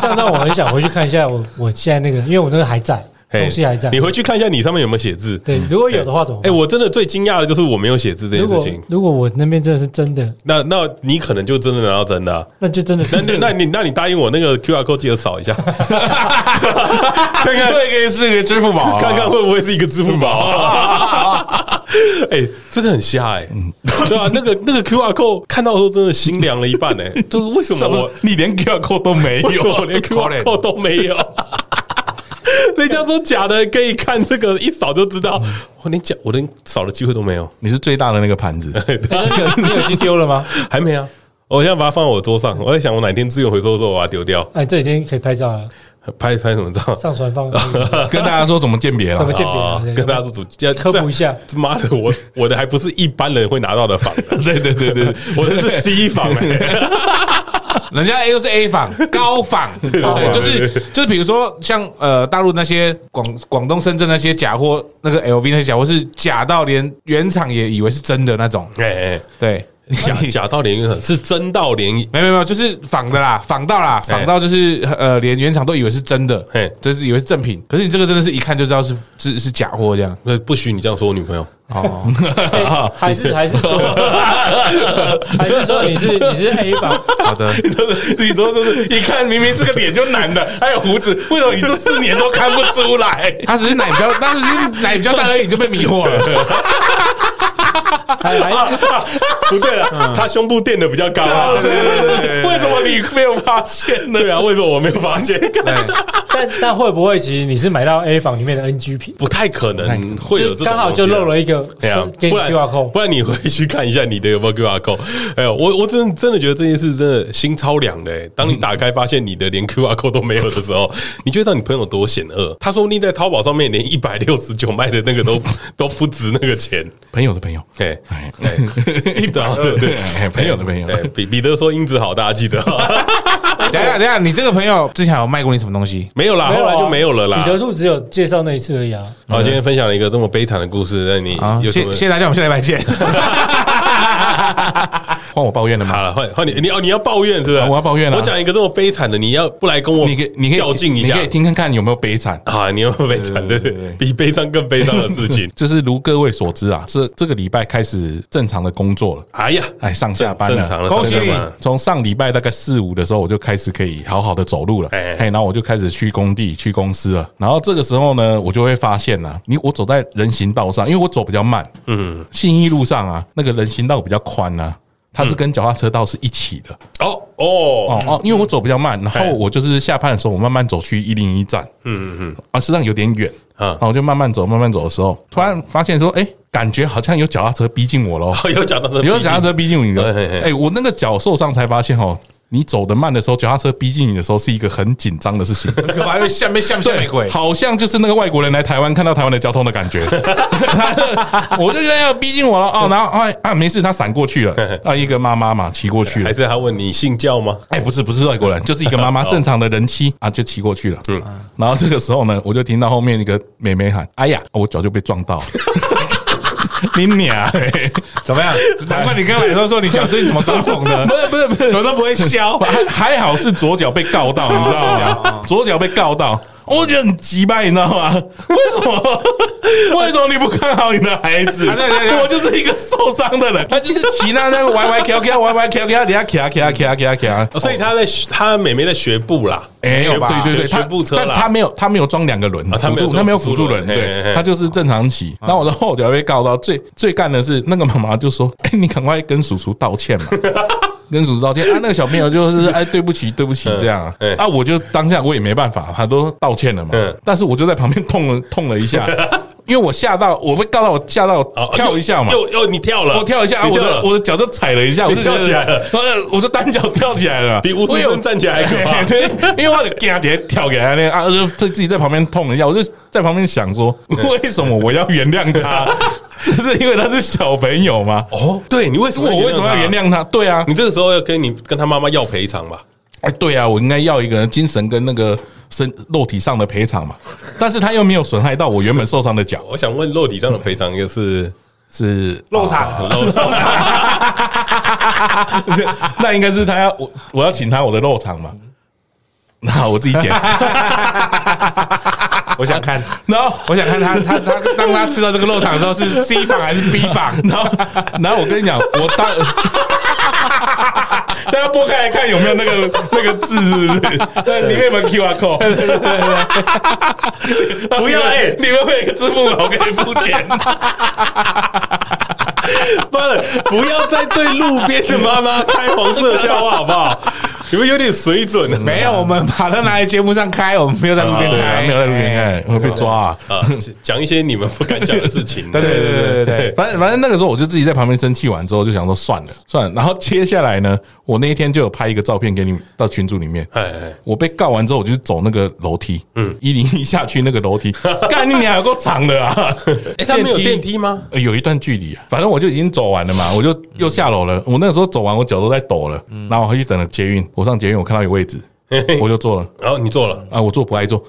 这样让我很想回去看一下我我现在那个，因为我那个还在，
嘿
东西还在
你回去看一下你上面有没有写字。
对，如果有的话怎么
哎、
办？
我真的最惊讶的就是我没有写字这件
如
事
果
情。
如果我那边真的是真的，
那那你可能就真的拿到真的啊、
那就真的是
那那那你那你答应我那个 QR code 记得扫一 [LAUGHS] 下，看看
对，可以是个支付宝啊，
看看会不会是一个支付宝、 [LAUGHS] 哎、真的很瞎哎、对啊，那个那个 QR code 看到的时候真的心凉了一半哎、就是为什么
什
我
么？你连 QR code 都没
为什么
有，
我连 QR
可
code
怜
都没有？ [LAUGHS] 人家说假的可以看这个，一扫就知道。我连假我连扫的机会都没有，
你是最大的那个盘子，
哎那你有你有去丢了吗？
还没啊！我现在把它放在我桌上，我在想我哪天资源回收的时候我把它丢掉，
哎，这已经可以拍照了，
拍拍什么照？
上传
[LAUGHS]
放怎
跟大家说怎么鉴别
么
了。
鉴别啊
哦？跟大家做主，要
科普一下。
这妈的，我我的还不是一般人会拿到的房、
对对对对，
[LAUGHS] 我的是 C 房、欸，
人家 A 又是
[LAUGHS]
A 坊，高仿，对不对，就是就是，比如说像呃大陆那些广广东深圳那些假货，那个 LV 那些假货是假到连原厂也以为是真的那种，
哎、哎
对，
假假到联姻是真到联姻，
没有没有没有，就是仿的啦，仿到啦，仿到就是呃连原厂都以为是真的
嘿，
就是以为是正品，可是你这个真的是一看就知道是是是假货这样。
那不许你这样说我女朋友。
哦，
哎还是还是
[LAUGHS]
说，还是说你是你是 A 房？
好的，
你说这是一看明明这个脸就男的，还有胡子，为什么你这四年都看不出来？
他只是奶比较，他只是奶比较大而已，你就被迷
[LAUGHS]
惑了。
还还
不对了，他胸部垫的比较高啊。
对对对对对
为什么你没有发现呢？对啊，为什么我没有发现？
但但会不会其实你是买到 A 房里面的 NG 品？
不太可能会有这
就
种
刚好就
东西啊
漏了一个
对啊，
给你
不然
QR code，
不然你回去看一下你的有没有 QR code。哎呦，我我真的真的觉得这件事真的心超凉的、欸。当你打开发现你的连 QR code 都没有的时候， [LAUGHS] 你就知道你朋友多险恶。他说不定在淘宝上面连一百六十九卖的那个都 [LAUGHS] 都不值那个钱。
朋友的朋友， [LAUGHS]
哎、
哎，
一对啊对不对？
哎朋友的朋友
哎彼彼得说音质好，大家记
[LAUGHS]
得、
等一下等一下，你这个朋友之前有卖过你什么东西？
没有啦，后来就没有了啦
彼。得兔只有啊介绍那一次而已啊。
好，今天分享了一个这么悲惨的故事，那你
啊，
有什
谢谢
么？
谢大家，我们下礼
[LAUGHS]
拜见。换我抱怨了吗？
好了，换换你，哦你要你要抱怨是不是？
我要抱怨啊
我讲一个这么悲惨的，你要不来跟我，
你可以你可以
较劲一
你
下
可以听看看有没有悲惨。
啊！你要悲惨，对对
对对。
对，比悲伤更悲伤的事情
[LAUGHS] 就是如各位所知啊，这这个礼拜开始正常的工作了。
哎呀，
哎，上下班
正常了
恭喜
上
你
下班！
从上礼拜大概四五的时候，我就开始可以好好的走路了。
哎
哎，然后我就开始去工地、去公司了。然后这个时候呢，我就会发现呢、你我走在人行道上，因为我走比较慢，嗯，信义路上啊，那个人行道比较宽啊，它
嗯
是跟脚踏车道是一起的。
哦哦
哦哦，因为我走比较慢，然
嘿
后我就是下班的时候，我慢慢走去一零一站，嗯嗯嗯，啊，实际上有点远，啊
嗯
然后我就慢慢走，慢慢走的时候，突然发现说，哎，感觉好像有脚踏车逼近我喽，
哦，有讲到这，
有脚踏车逼近你
嘿嘿嘿
了，哎，我那个脚受伤才发现哦。你走得慢的时候，脚踏车逼近你的时候，是一个很紧张的事情。
可怕，会下面下面下面鬼，
好像就是那个外国人来台湾看到台湾的交通的感觉， [LAUGHS] 我就觉得要逼近我了哦，然后哎啊没事，他闪过去了，啊一个妈妈嘛骑过去了
还，是他问你信教吗？
哎，不是，不是哦外 [LAUGHS] 国人，就是一个妈妈正常的人妻啊，就骑过去了。嗯，然后这个时候呢，我就听到后面一个妹妹喊：“哎呀，我脚就被撞 [LAUGHS] 到了。”你娘哎嘞、
怎么样？
难怪你刚才说说你脚最近怎么肿肿的， [LAUGHS] 不是不是不是，怎么都不
[LAUGHS]
会消，还还好是左脚被告到，你知道吗？左脚被告到，我觉得很急掰，你知道吗？为什 [LAUGHS] 么？为什么你不看好你的孩子？我就是一个受伤的人，他就是骑那那个歪歪翘翘，歪歪翘翘，底下啊卡卡卡卡卡，
哦所以他在他妹妹在学步啦，
没有吧？
学
对对对，
学
他
步车
但他
啦。
没有，他没有装两个轮，
啊他没有
辅助
装
他没有
辅
辅
助
助
轮
轮，
嘿嘿嘿啊
对，他就是正常骑。那我的后脚被告到最最干的是，那个妈妈就说：“哎，你赶快跟叔叔道
[LAUGHS]
歉嘛。”跟叔叔道歉啊，那个小朋友就是哎，对不起，对不起，这样啊
嗯，
啊，我就当下我也没办法，他都道歉了嘛
嗯，
但是我就在旁边痛了痛了
[LAUGHS]
一下，因为我吓到，我被告到我吓到
哦
跳一下嘛，
又又你跳了，
我跳一下，啊
你
我
跳
的
了，
我的脚就踩了一下，我就觉得
你跳起来了，
[LAUGHS] 我我就单脚跳起来了，
比吴
我
思
有。
生站起来还可怕
[LAUGHS] 对，因为我的直接跳给他那啊，就自自己在旁边痛了一下，我就在旁边想说，为什么我要原谅他？ [LAUGHS] 只是因为他是小朋友吗？
哦，对你为什么
我为什么要原
他？
谅他？对啊，
你这个时候要跟你跟他妈妈要赔偿吧？
哎，对啊，我应该要一个精神跟那个身肉体上的赔偿嘛。但是他又没有损害到我原本受伤的脚，
我想问肉体上的赔偿一个是 [LAUGHS] 啊
是
漏场，
肉上
那应该是他要我
[LAUGHS]
我要请他我的肉场嘛。那我自己剪，
我想看，
然后
我想看他他他当他吃到这个肉肠之后是 C 房还是 B 房？
然后，然后我跟你
[LAUGHS]
讲，我当。大家拨开来看有没有那个那个字，是不是？对，里面有没有 QR code？不要 [LAUGHS] 哎、里面会有一个支付宝可以付钱。
妈的，不要再对路边的妈妈开黄色笑话好不好？你们有点水准啊了。
[LAUGHS] 没有，我们把它拿来节目上开，我们没有在路边
对啊，
开，
没有在路边看，会被抓啊。
啊，讲一些你们不敢讲的事情。
对。对对对对对
反正反正那个时候我就自己在旁边生气完之后，就想说算了算了。然后接下来呢，我那一天就有拍一个照片给你们到群组里面。
哎哎，
我被告完之后，我就走那个楼梯，嗯，一零一下去那
[LAUGHS]
个楼梯，干你娘有够长的啊！
哎，他们有电梯吗？
呃有一段距离啊，反正我就已经走完了嘛，我就
嗯
又下楼了。我那个时候走完，我脚都在抖了。然后我回去等了捷运，我上捷运，我看到有位置，我就坐了
然后哦你坐了，
啊，我坐不爱
[LAUGHS]
坐，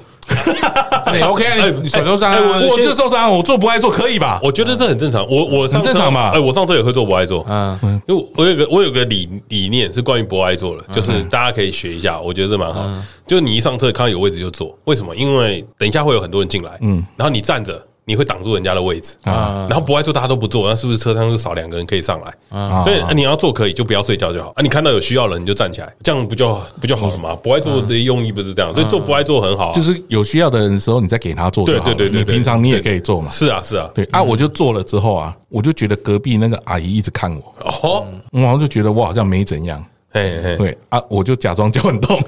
对，OK 啊，你你手受
哎
伤啊，
哎我就受伤，我坐不爱坐可以吧？
我觉得这很正常。我我上
很正常嘛
哎，我上车也会做不爱做，
嗯，
因为我有个我有个理理念是关于博爱座的，就是大家可以学一下，我觉得这蛮好。就你一上车看到有位置就坐，为什么？因为等一下会有很多人进来，嗯，然后你站着。你会挡住人家的位置啊，然后不爱坐大家都不坐，那是不是车上就少两个人可以上来？所以啊你要坐可以，就不要睡觉就好啊。你看到有需要了你就站起来，这样不就不就好了吗？不爱坐的用意不是这样，所以做不爱坐很好啊，
就是有需要的人的时候，你再给他坐就好了。
对对对对对
你平常你也可以坐嘛。
是啊是啊，
对啊，我就坐了之后啊，我就觉得隔壁那个阿姨一直看我，
哦，
我好像就觉得我好像没怎样。
嘿嘿，
对啊，我就假装脚很痛，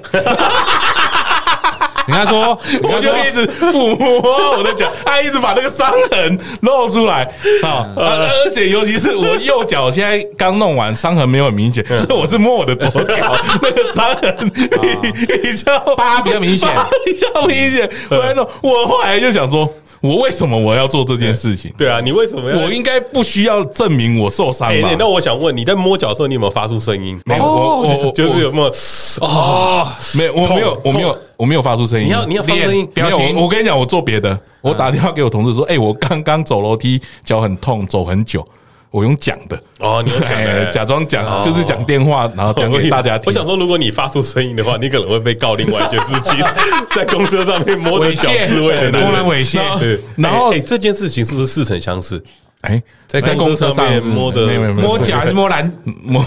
你跟他说，你
[LAUGHS] 我
跟他
就
说
一直抚摸我的脚，他一直把那个伤痕露出来啊！
嗯
啊而且尤其是我右脚现在刚弄完，伤痕没有很明
嗯
显，所以我是摸我的左
[LAUGHS]
脚，那个伤
啊
痕比较
疤比较明显
疤比较明显。
嗯
我来弄，我后来就想说，我为什么我要做这件事情？
对啊，你为什么要？
我应该不需要证明我受伤
哎、
吧
欸，？那我想问，你在摸脚的时候，你有没有发出声音？哦
没有，我我我哦
就是有没有啊？
没有，我没有，我没有，嗯我没有发出声音。
你要你要发声音
没有，我我跟你讲，我做别
嗯
的，我打电话给我同事说，哎，我刚刚走楼梯，脚很痛，走很久，我用讲的，
哦，你要讲
哎
的
假装讲，
哦
就是讲电话，然后讲给大家听。
我想说，如果你发出声音的话，你可能会被告另外一件事
[LAUGHS]
情，在公车上面摸着
猥
脚自慰的
亵，公然
那个。
猥亵，
对，
然后
哎、欸这件事情是不是似曾相识？
哎，
在公车上面摸着
没有没有没有
摸脚还是摸蓝？
[LAUGHS] 摸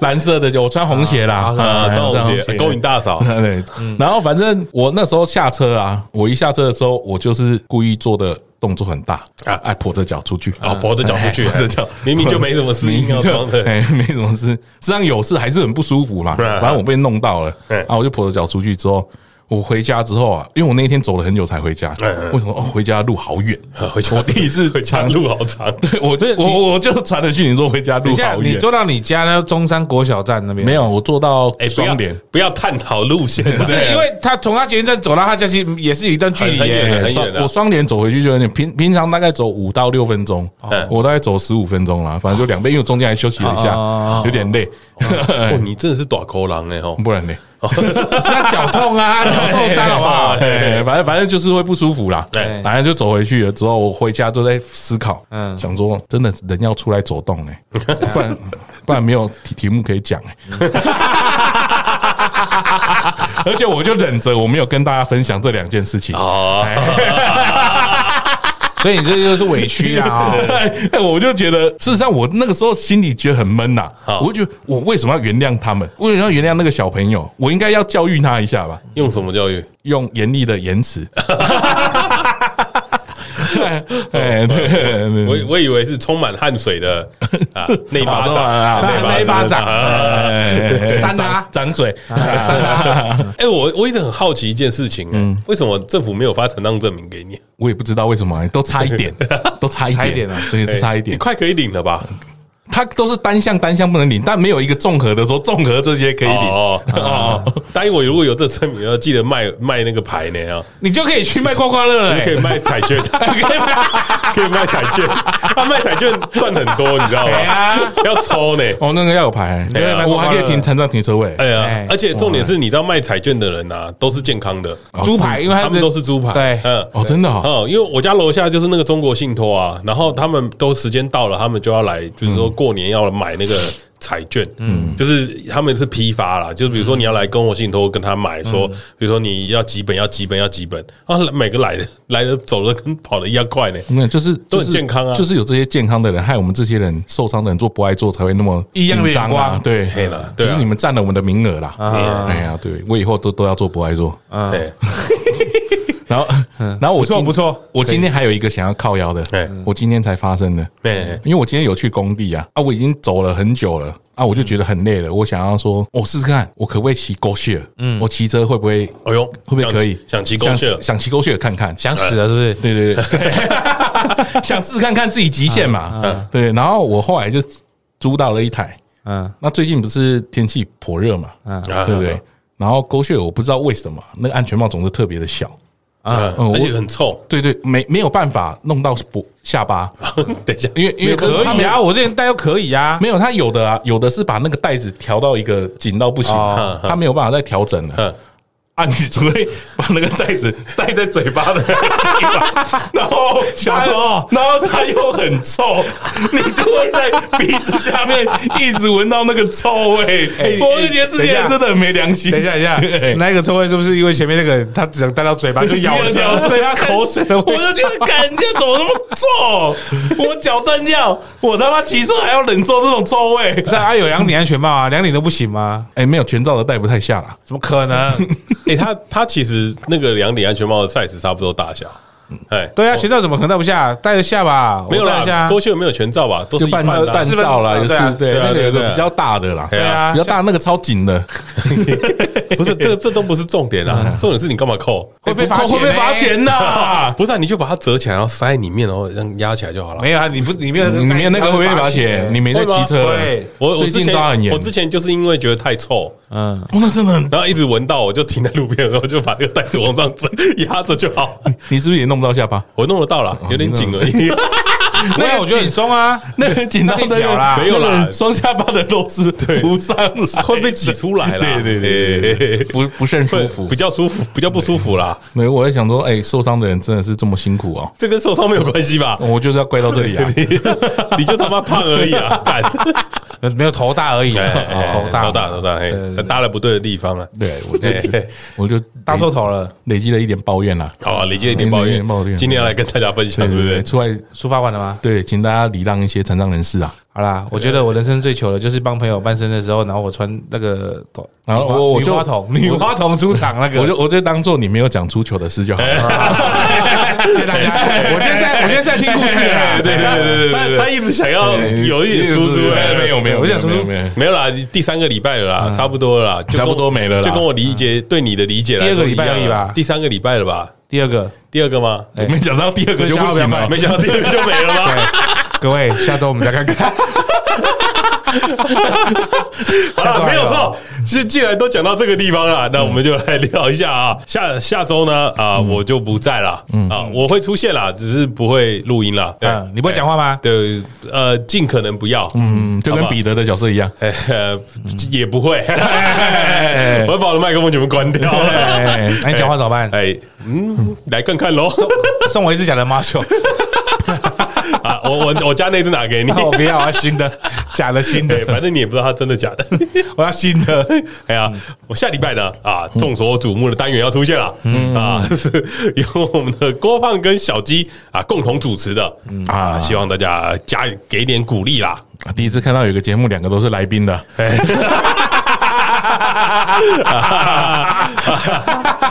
蓝色的就我穿红鞋啦，
啊，
哎
张红嗯杰，勾引。大嫂，
[LAUGHS] 对，然后反正我那时候下车啊，我一下车的时候，我就是故意做的动作很大
啊
啊，哎，跛着脚出去
啊，跛着脚出去，
跛着脚，
明明就没什么事，硬
[LAUGHS]
要装的。
哎，没什么事，实际上有事还是很不舒服嘛。
嗯
反正我被弄到了，
嗯
然后我就跛着脚出去之后，我回家之后啊，因为我那一天走了很久才回家，
嗯嗯
为什么？哦，回家路好远，
啊 [LAUGHS] 回家
我第一次
[LAUGHS] 回家
尝
路好长，
对我
是你
我我就传了讯息说回家
等
路
一下，
好
你
远，
坐到你家那中山国小站那边
没？有，我坐到
哎、不
双
要
联，啊
不要探讨路线，
不是，因为他从他捷运站走到他家其实也是有一段距离
很远
耶
很。
哎双
远啊
我双联走回去就有点平，平常大概走五到六分钟
嗯，
我大概走十五分钟啦，反正就两倍，因为我中间还休息了一下
哦，
有点累， [LAUGHS]
哦，你真的是短口狼哎吼！
不然累。
不是他脚
[LAUGHS]
[LAUGHS]
痛啊，脚受伤好不好？
哎，反正反正就是会不舒服啦。
对
反正就走回去了之后，我回家都在思考，
嗯
想说真的人要出来走动哎、不然不然没有题题目可以讲哎、
[LAUGHS]
而且我就忍着，我没有跟大家分享这两件事情。
啊，
哎
所以你这就是委屈啦
[LAUGHS]
[LAUGHS]
哦。
哎，我就觉得，事实上我那个时候心里觉得很闷呐、
好
我就觉得我为什么要原谅他们？为什么要原谅那个小朋友？我应该要教育他一下吧，
用什么教育？
用严厉的言辞。 [LAUGHS] 哎，对对对
我我以为是充满汗水的
[LAUGHS]
啊，那一巴掌
啊
啊，
那一巴掌
哎
啊
三
张
啊
张嘴，
三
嗯
啊
哎，我我一直很好奇一件事情，哎，为什么政府没有发承让证明给你？
[LAUGHS] 我也不知道为什么，都差一点，都差一点，
差一点啊
对，
哎
都差一点
你。快可以领了吧？
它都是单项单项不能领，但没有一个综合的说综合这些可以领。啊
哦哦哦，答应我，如果有这证明，要记得卖卖那个牌呢啊，
你就可以去卖刮刮乐了
可
欸。
以卖彩
[LAUGHS]
券，可以卖彩券，他卖彩券赚很多，你知道
哎
对
吗？
啊，
要抽呢。
哦，那个要有牌，
对啊
我还可以停残障停车位。
哎呀
哎，
而且重点是，你知道卖彩券的人呐，都是健康的，
哦
猪牌，因为
他们都是猪牌，
对
嗯，
哦，真的哦，
哦，因为我家楼下就是那个中国信托啊，然后他们都时间到了，他们就要来，就是说过年要买那个彩券，嗯，就是他们是批发啦，就是比如说你要来跟我信托跟他买，说比如说你要几本要几本要几本，啊，每个来的 [LAUGHS] 来的走的跟跑的一样快呢，
没有，就是
都
就是
很健康啊
就是有这些健康的人，害我们这些人受伤的人做不爱做才会那么
异样的
紧张
眼
啊
光
对，
嘿啦对啊
就是你们占了我们的名额啦。
啊
哎呀，对我以后都都要做不爱做。
哎，
然后，然后我今
嗯不错不错
我今天还有一个想要靠腰的
哎，
我今天才发生的。
哎
因为我今天有去工地啊，啊，我已经走了很久了，啊，我就觉得很累了，我想要说，我试试看，我可不可以骑狗血？嗯，我骑车会不会？
哎呦
会不会可以？
想骑想骑狗血哎
想想骑狗血看看，
想死了是不是？
对对
[LAUGHS]
对，[LAUGHS]
想试看看自己极限
啊
嘛？
嗯对。然后我后来就租到了一台，
嗯
那最近不是天气颇热嘛，
嗯
啊
对不对？然后狗血我不知道为什么那个安全帽总是特别的小，
啊，
嗯
而且很臭， [LAUGHS]
对对，没没有办法弄到脖下巴，
等一下，
因为因为
可
他
以
们
啊，我之前戴又可以啊。
[LAUGHS] 没有，他有的啊，有的是把那个带子调到一个紧到不行嗯
哦，
他没有办法再调整了。
嗯，
啊，你 [LAUGHS] 除非把那个带子 [LAUGHS] 戴在嘴巴的地方，
[LAUGHS]
然后
小偷
然后它又很
[LAUGHS]
臭，你就会在鼻子下面一直闻到那个臭味。
哎
我就觉得这些人真的很没良心。哎
等一下，
[LAUGHS]
[LAUGHS] 等一下，那个臭味是不是因为前面那个人他只能带到嘴巴就咬 [LAUGHS]
咬
着，所啊以他口水的
我
味道？
就觉得，感觉怎么那么臭？我脚断掉，我他妈骑车还要忍受这种臭味
[LAUGHS] 不？是啊，有两顶安全帽啊，两顶都不行吗？
哎，没有全罩的戴不太下了。
怎么可能？
[LAUGHS] 哎，他他其实那个两顶安全帽的 size 差不多大小，
嗯
哎，
对啊，全罩怎么可能戴不下？戴得下吧？
没有
我戴得下
啦，
啊。
勾线没有全罩吧，都是
就
一
半
半的啊
半罩啦，
四
也
分
是
之二
对，
对啊
那个
对啊
有
对
个
啊
比较大的啦，
对啊嗯
比较大那个超紧的，
[LAUGHS] 不是这这都不是重点啦，重点是你干嘛扣？欸
会被罚钱
嗯会被罚钱哎呐！
[LAUGHS] 不是、啊，你就把它折起来，然后塞里面，然后让压起来就好了。
没有啊，你不里面
你面那个会被罚钱，你没在骑车了
会。
我我
最
之
近
前
抓很严，
我之前就是因为觉得太臭，
嗯，
哦那真的很，
然后一直闻到，我就停在路边，然后就把那个袋子往上折压着就好。
你是不是也弄不到
[LAUGHS]
下巴？
我弄得到了，
哦
有点紧而已。
那个我觉得很松 [LAUGHS] 啊，
那个紧到
那一条啦
没有啦
那个双下巴的肉是浮上来，
会被挤出来啦，
对对对
对对
不不甚舒服
比。较舒服，比较不舒服啦。
没有，我在想说，哎，受伤的人真的是这么辛苦哦。
这跟受伤没有关系吧？
我就是要怪到这里啊！
[LAUGHS] 你就他妈胖而已啊！ [LAUGHS] 干
没有头大而已，
哎哎
哦
哎
头大
头大头大，嘿，搭了不对的地方了。
[LAUGHS] 对，我就
哎
我就
大错头了。
累积了一点抱怨啦。
好，理解一点抱
理解一
怨
点抱怨，
今天要来跟大家分享，啊对不对？
出来
抒发完了吗？
对，请大家礼让一些残障人士啊。
好啦，我觉得我人生最糗的就是帮朋友办生日的时候，然后我穿那个头，
然后我我
女
就
花筒，女花筒出场那个，
我就我就当做你没有讲出糗的事就好了。
哎 [LAUGHS]
[LAUGHS]
谢谢大家。 [LAUGHS] 我现在我现在在听故事 [LAUGHS] 啊，
对对对对对，他一直想要有一点输出，哎
没有没有，
我想说
没有，
没有啦，你第三个礼拜了啦，差不多了啦，就跟
差不多没了啦
就跟我理解对你的理解来说
第二个礼拜而已吧
一样啊第三个礼拜了吧？
第二个，
第二个吗？
我哎没讲到第二个就不行了，
没想到第二个就没了吗？
各位，下周我们再看看。
好
下
了，
周还
没
有
有错。是既然都讲到这个地方了，那我们就来聊一下啊。
嗯
下下周呢啊，我就不在了啊，我会出现啦，只是不会录音 [LAUGHS] 啦。对啊
嗯，你不会讲话吗？
对，呃，尽可能不要。
嗯，就跟彼得的角色一样。
哎 [LAUGHS] 呃，也不会，
哎
我把我的麦克风全部关掉了。
哎，那你讲话怎么办？
哎，嗯，来看看喽。
送我一只假的
[LAUGHS]
Marshall，
啊，我我我家那只拿给你，
那我不要，我要新的，假的新
对，
的，
反正你也不知道它真的假的。
我要新的。
[LAUGHS] 哎呀，我下礼拜呢啊，众所瞩目的单元要出现了
嗯
啊， [LAUGHS] 是由我们的郭胖跟小鸡啊共同主持的
嗯
啊，希望大家加给点鼓励
[LAUGHS]
啦。
第一次看到有一个节目，两个都是来宾的，
哎呀哎呀哎呀哎呀哎呀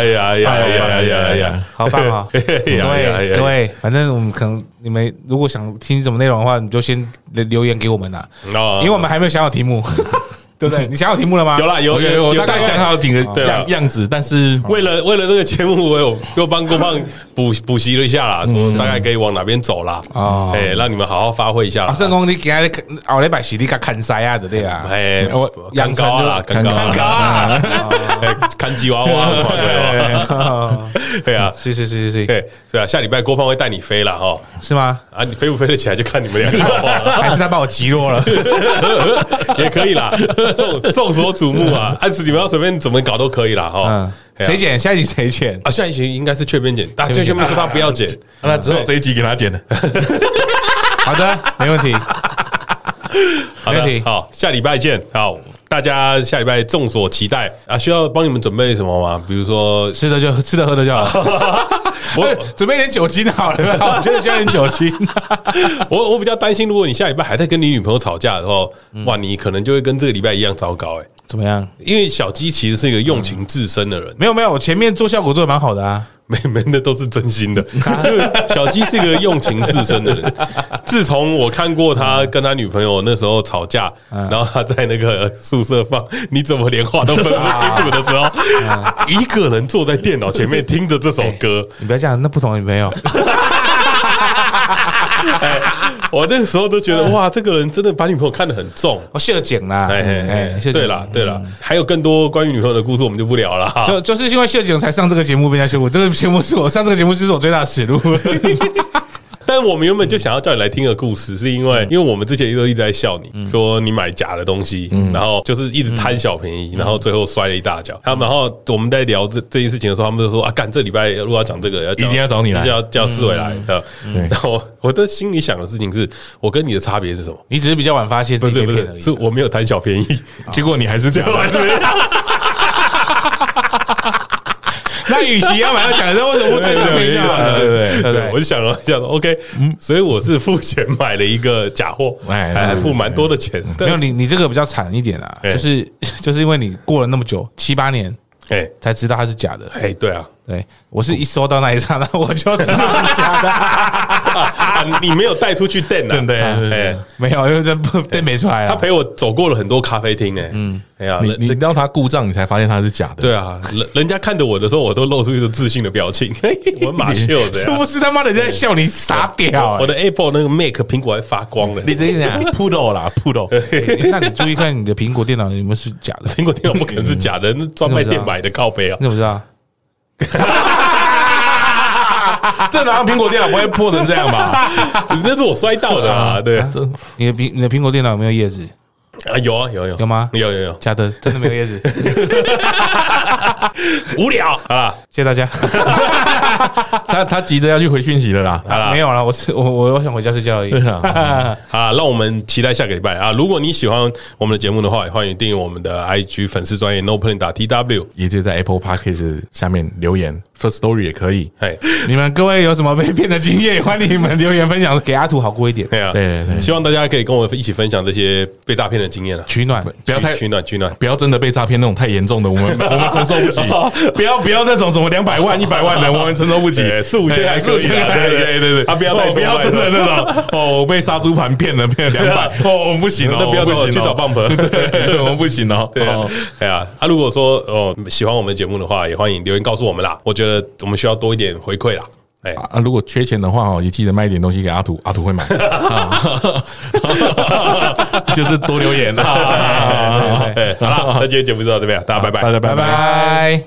哎呀哎呀哎呀！
好棒啊、哦！
[LAUGHS] 哎呀哎呀哎
对
呀
对，反正我们可能你们如果想听什么内容的话，你就先留留言给我们啦，
哦
因为我们还没有想好题目， [LAUGHS]
[LAUGHS]
对不对？你想好题目了吗？
有啦有有有
大
大
概
概
想到几个
对啊
样样子，但是
为了为了这个节目，我有又帮郭胖补补习了一下啦，说大概可以往哪边走啦，
嗯哦
哎，让你们好好发挥一下
啊，
啦。
圣公，你给他奥哦礼拜是你给砍塞啊的对啊，
哎，
我
看高啊，看高
看高
啊，哎看吉娃娃，看对吧对啊，
[LAUGHS] 是是是是是，
对对啊，下礼拜郭胖会带你飞了哈，
是吗？
啊，你飞不飞得起来就看你们两个造化了，
[LAUGHS] 还是他把我击落了？
也可以啦，众众所瞩目啊，按时你们要随便怎么搞都可以啦
嗯 [LAUGHS]
哈，，对啊
谁剪？下一集谁剪？
啊？下一集应该是雀边剪，啊但雀边说他不要剪，
那只有这一集给他剪了。
好的，没问题。
好
没问
的
题，
好，下礼拜见。好，大家下礼拜众所期待啊！需要帮你们准备什么吗？比如说，
吃的就吃的喝的就好
啊
了，
[LAUGHS] 我
我 [LAUGHS] 准备点酒精
[LAUGHS]
好了，我觉得需要点酒精。
我我比较担心，如果你下礼拜还在跟你女朋友吵架的话，哇，你可能就会跟这个礼拜一样糟糕哎、
怎么样？
因为小鸡其实是一个用情至深的 [LAUGHS] 人，
没有没有，我前面做效果做的蛮好的啊。
每每的都是真心的，就是小鸡是一个用情至深的人。自从我看过他跟他女朋友那时候吵架，然后他在那个宿舍放 [LAUGHS] “你怎么连话都分不清楚”的时候，一个人坐在电脑前面听着这首歌，
你不要这样，那不同的女朋
[LAUGHS]
友，
哎我那个时候都觉得哇，这个人真的把女朋友看得很重。
我哦谢景啦，
哎哎
哎
哎，
谢景
对啦对啦，还有更多关于女朋友的故事，我们就不聊了哈。
就 [LAUGHS] 就是因为谢景才上这个节目被人家羞辱，这个节目是我上这个节目就是我最大的
[LAUGHS]
[LAUGHS]
耻辱。
但我们原本就想要叫你来听个故事，是因
嗯
为因为我们之前都一直在笑你，说你买假的东西，
嗯
然后就是一直贪小便宜，然后最后摔了一大跤。他们然后我们在聊这这件事情的时候，他们就说啊，干这礼拜如果要讲这个，要
一定要找你来嗯
就要叫四伟来的。然后我的心里想的事情是，我跟你的差别是什么？
你只是比较晚发现
不
自己
是
被
不
骗而
是，
已。
是我没有贪小便宜，
[LAUGHS] 结果你还是这样。那与其要把它讲的，那为什么不太想
对 [LAUGHS]
骗
对
呢？
对
对
对
对
对，我就想了想说，OK，所以我是付钱买了一个假货，
哎
哎，
对
付蛮多的钱，
没
但
有
是
你，你这个比较惨一点啊，
哎
就是 [LAUGHS] 就是因为你过了那么久，七八年
哎
才知道它是假的。
哎，对啊。 [LAUGHS]
对我是一收到那一刹那，我就知道是假的，
啊，你没有带出去电啊？ [LAUGHS] 对
对
哎，
没有，因为这不对没出来啊
他
了。
陪我走过了很多咖啡厅呢。嗯，哎呀，
你
人
你
这
让他故障，你才发现他是假
[LAUGHS]
的。
对啊，人人家看着我的时候，我都露出一种自信的表 [LAUGHS] 情。我马秀的
是
呀，
不是他妈的人在笑你傻屌、
我
欸？
的 Apple 那个 Mac 苹果还发光了。
你这样
[LAUGHS]
Poodle 啦，Poodle，
哎那你注意看你的苹果电脑有没有是假
[LAUGHS]
的？
苹果电脑不可能是假的， [LAUGHS] 那专卖店买的靠背啊
你。怎么知道？
正常的苹果电脑不会破成这样吧？
那是我摔到的啊，对啊，
你的苹你的苹果电脑有没有叶子？
有啊有有
有吗
有有有，
假的，真的没有叶子。
[LAUGHS] 无聊好啦，
谢谢大家。
[LAUGHS] 他他急着要去回讯息了啦。
好啦
没有了，我是我我我想回家睡觉而已。
啊，让我们期待下个礼拜啊！如果你喜欢我们的节目的话，也欢迎订阅我们的 IG 粉丝专业 No Plan 打 TW。
也就在 Apple Podcast 下面留言，First Story 也可以。
哎，
[LAUGHS] 你们各位有什么被骗的经验，也欢迎你们留言分享，给阿土好过一点，
对啊，
对对对
希望大家可以跟我一起分享这些被诈骗的经验啊，
取暖。
不要太哦
取暖取暖。
不要真的被诈骗那种太严重的，我
[LAUGHS]
们我们承受不起。不要不要那种什么两百万、一百
[LAUGHS]
万的，我们承受不起
对。四五千还可以啦对对
哎对对对对，
啊不要太
哦
多
不要真的那
[LAUGHS]
种哦，我被杀猪盘骗了，骗了两百，哦，我们不行哦，
啊那不要
我
找
们
我去
不行哦
找棒婆。
[LAUGHS] 对我们不行哦。
[LAUGHS] 对啊
哦，
对啊，啊，如果说哦喜欢我们节目的话，也欢迎留言告诉我们啦。我觉得我们需要多一点回馈啦。哎，
啊，如果缺钱的话哦，也记得卖一点东西给阿土，阿土
[LAUGHS]
会买， [LAUGHS] 就是多留言啊。 [LAUGHS]
哎，好啦，那今天节目就到这边，大家拜拜，
大家拜拜
拜。拜。